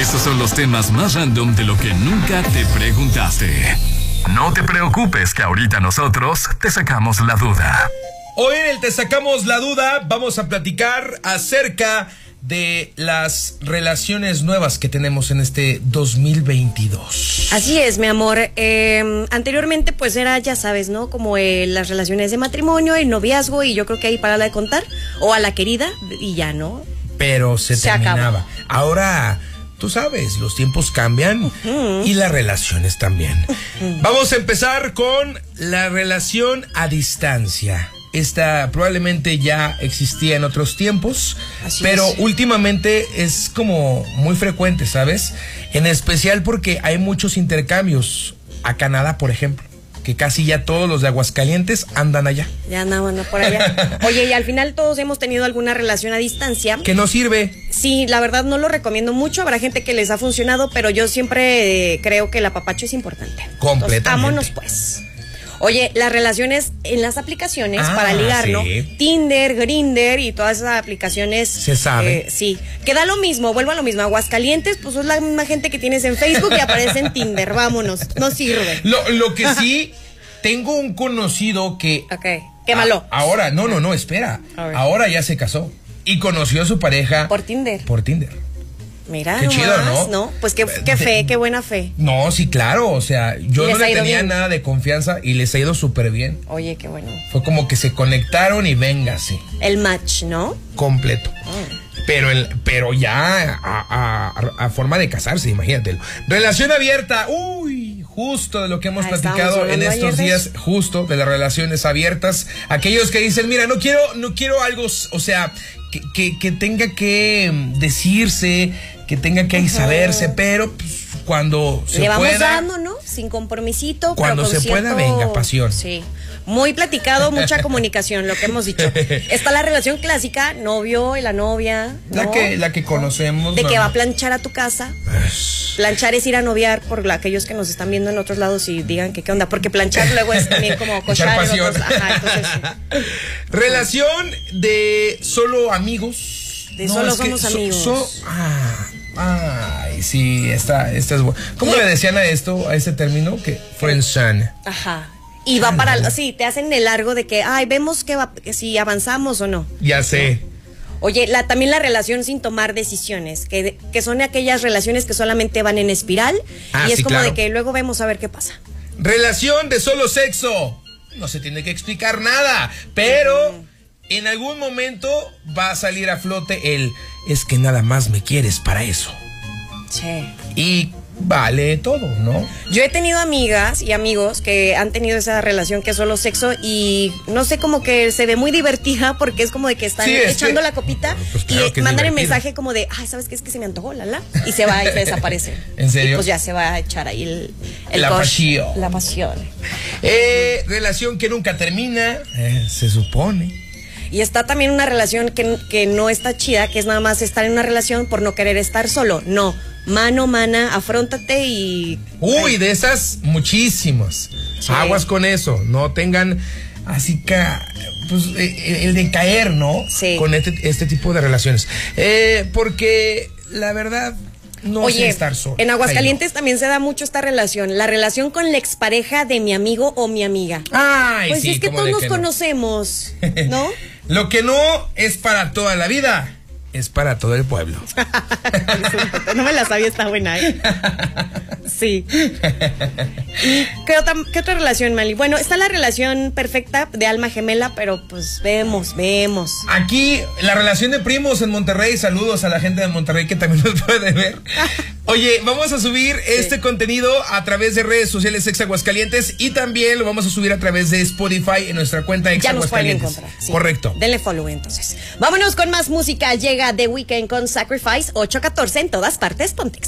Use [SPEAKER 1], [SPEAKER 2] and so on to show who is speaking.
[SPEAKER 1] Estos son los temas más random de lo que nunca te preguntaste. No te preocupes que ahorita nosotros te sacamos la duda.
[SPEAKER 2] Hoy en el Te Sacamos la Duda vamos a platicar acerca de las relaciones nuevas que tenemos en este 2022.
[SPEAKER 3] Así es, mi amor. Eh, anteriormente, pues era, ya sabes, ¿no? Como eh, las relaciones de matrimonio, el noviazgo, y yo creo que ahí para la de contar, o a la querida, y ya, ¿no?
[SPEAKER 2] Pero se,
[SPEAKER 3] Se
[SPEAKER 2] terminaba. Ahora, tú sabes, los tiempos cambian y las relaciones también. Vamos a empezar con la relación a distancia. Esta probablemente ya existía en otros tiempos,
[SPEAKER 3] Así
[SPEAKER 2] pero
[SPEAKER 3] es.
[SPEAKER 2] últimamente es como muy frecuente, ¿sabes? En especial porque hay muchos intercambios a Canadá, por ejemplo, que casi ya todos los de Aguascalientes andan allá.
[SPEAKER 3] Ya nada, no, por allá. Oye, y al final todos hemos tenido alguna relación a distancia.
[SPEAKER 2] Que no sirve,
[SPEAKER 3] Sí, la verdad no lo recomiendo mucho. Habrá gente que les ha funcionado, pero yo siempre eh, creo que el apapacho es importante.
[SPEAKER 2] Completamente.
[SPEAKER 3] Entonces, vámonos pues. Oye, las relaciones en las aplicaciones
[SPEAKER 2] Ah,
[SPEAKER 3] para ligar, ¿no?
[SPEAKER 2] sí.
[SPEAKER 3] Tinder, Grinder y todas esas aplicaciones.
[SPEAKER 2] Se sabe.
[SPEAKER 3] eh, sí. Que da lo mismo, vuelvo a lo mismo. Aguascalientes, pues es la misma gente que tienes en Facebook y aparece en Tinder. Vámonos. No sirve.
[SPEAKER 2] Lo, lo que sí, tengo un conocido que.
[SPEAKER 3] Ok. Quémalo.
[SPEAKER 2] A- ahora, no, no, no, espera.
[SPEAKER 3] A ver.
[SPEAKER 2] Ahora ya se casó. Y conoció a su pareja.
[SPEAKER 3] Por Tinder.
[SPEAKER 2] Por Tinder.
[SPEAKER 3] Mira,
[SPEAKER 2] Qué chido,
[SPEAKER 3] nomás,
[SPEAKER 2] ¿no?
[SPEAKER 3] Pues qué, qué fe, qué buena fe.
[SPEAKER 2] No, sí, claro. O sea, yo
[SPEAKER 3] ¿Y
[SPEAKER 2] no
[SPEAKER 3] les ha
[SPEAKER 2] le
[SPEAKER 3] ido
[SPEAKER 2] tenía
[SPEAKER 3] bien?
[SPEAKER 2] nada de confianza y les ha ido súper bien.
[SPEAKER 3] Oye, qué bueno.
[SPEAKER 2] Fue como que se conectaron y véngase.
[SPEAKER 3] El match, ¿no?
[SPEAKER 2] Completo. Pero, el, pero ya a, a- a forma de casarse, imagínatelo. Relación abierta, uy, justo de lo que hemos
[SPEAKER 3] Ah, estábamos
[SPEAKER 2] platicado en
[SPEAKER 3] hablando
[SPEAKER 2] estos
[SPEAKER 3] ayer de
[SPEAKER 2] días, justo de las relaciones abiertas. Aquellos que dicen, mira, no quiero, no quiero algo, s- o sea, que, que- que tenga que mm, decirse, que tenga que saberse, pero pues, cuando se
[SPEAKER 3] Le vamos
[SPEAKER 2] pueda.
[SPEAKER 3] dando, ¿no? Sin compromisito. pero
[SPEAKER 2] Cuando
[SPEAKER 3] con
[SPEAKER 2] se pueda, venga, pasión.
[SPEAKER 3] Sí. Muy platicado, mucha comunicación, lo que hemos dicho. Está la relación clásica, novio y la novia.
[SPEAKER 2] La
[SPEAKER 3] ¿no?
[SPEAKER 2] que- la que conocemos,
[SPEAKER 3] De que
[SPEAKER 2] ¿no?
[SPEAKER 3] va a planchar a tu casa.
[SPEAKER 2] Pues.
[SPEAKER 3] Planchar es ir a noviar por la- aquellos que nos están viendo en otros lados y digan que qué onda. Porque planchar luego es también como
[SPEAKER 2] Echar
[SPEAKER 3] cochar. en
[SPEAKER 2] pasión.
[SPEAKER 3] otros- ajá, entonces, sí.
[SPEAKER 2] Relación de solo amigos.
[SPEAKER 3] De solo
[SPEAKER 2] es que
[SPEAKER 3] somos amigos.
[SPEAKER 2] ah, ay, sí, esta, esta es buena. ¿Cómo le decían a esto, a este término? Que friendzone.
[SPEAKER 3] Ajá. Y va para... Sí, te hacen el largo de que, ay, vemos que va- que si avanzamos o no.
[SPEAKER 2] Ya sé.
[SPEAKER 3] Oye, la, también la relación sin tomar decisiones, que, que son aquellas relaciones que solamente van en espiral
[SPEAKER 2] Ah,
[SPEAKER 3] y es
[SPEAKER 2] sí,
[SPEAKER 3] como
[SPEAKER 2] claro.
[SPEAKER 3] de que luego vemos a ver qué pasa.
[SPEAKER 2] Relación de solo sexo. No se tiene que explicar nada, pero en algún momento va a salir a flote el es que nada más me quieres para eso.
[SPEAKER 3] Che.
[SPEAKER 2] Y vale todo, ¿no?
[SPEAKER 3] Yo he tenido amigas y amigos que han tenido esa relación que es solo sexo y no sé, como que se ve muy divertida porque es como de que están
[SPEAKER 2] Sí, es
[SPEAKER 3] echando
[SPEAKER 2] que-
[SPEAKER 3] la copita
[SPEAKER 2] Pues claro que
[SPEAKER 3] y
[SPEAKER 2] es
[SPEAKER 3] mandan el
[SPEAKER 2] divertido.
[SPEAKER 3] mensaje como de, ay, ¿sabes qué? Es que se me antojó, lala. Y se va y se desaparece.
[SPEAKER 2] ¿En serio?
[SPEAKER 3] Y pues ya se va a echar ahí el, el
[SPEAKER 2] La
[SPEAKER 3] crush,
[SPEAKER 2] pasión.
[SPEAKER 3] La pasión.
[SPEAKER 2] Eh, relación que nunca termina, eh, se supone.
[SPEAKER 3] Y está también una relación que, que no está chida, que es nada más estar en una relación por no querer estar solo. No, mano, mana, afrontate y...
[SPEAKER 2] Uy, de esas muchísimas.
[SPEAKER 3] Sí.
[SPEAKER 2] Aguas con eso. No tengan así que pues eh, el de caer, ¿no?
[SPEAKER 3] Sí.
[SPEAKER 2] Con este, este tipo de relaciones. Eh, porque la verdad no sé
[SPEAKER 3] Oye,
[SPEAKER 2] estar solo.
[SPEAKER 3] en Aguascalientes también se da mucho esta relación, la relación con la expareja de mi amigo o mi amiga.
[SPEAKER 2] Ay, no. Ay,
[SPEAKER 3] pues
[SPEAKER 2] sí,
[SPEAKER 3] es que
[SPEAKER 2] cómo
[SPEAKER 3] todos
[SPEAKER 2] de
[SPEAKER 3] nos
[SPEAKER 2] no.
[SPEAKER 3] conocemos, ¿no?
[SPEAKER 2] Lo que no es para toda la vida, es para todo el pueblo.
[SPEAKER 3] no me la sabía, está buena, ¿eh? Sí. ¿Y qué otra, qué otra relación, Mali? Bueno, está la relación perfecta de alma gemela, pero pues vemos, vemos.
[SPEAKER 2] Aquí, la relación de primos en Monterrey. Saludos a la gente de Monterrey que también nos puede ver. Oye, vamos a subir este contenido a través de redes sociales Ex Aguascalientes y también lo vamos a subir a través de Spotify en nuestra cuenta Ex
[SPEAKER 3] ya nos pueden
[SPEAKER 2] Aguascalientes.
[SPEAKER 3] encontrar. sí.
[SPEAKER 2] Correcto.
[SPEAKER 3] Denle follow entonces. Vámonos con más música. Llega The Weeknd con Sacrifice 814 en todas partes. Pontex.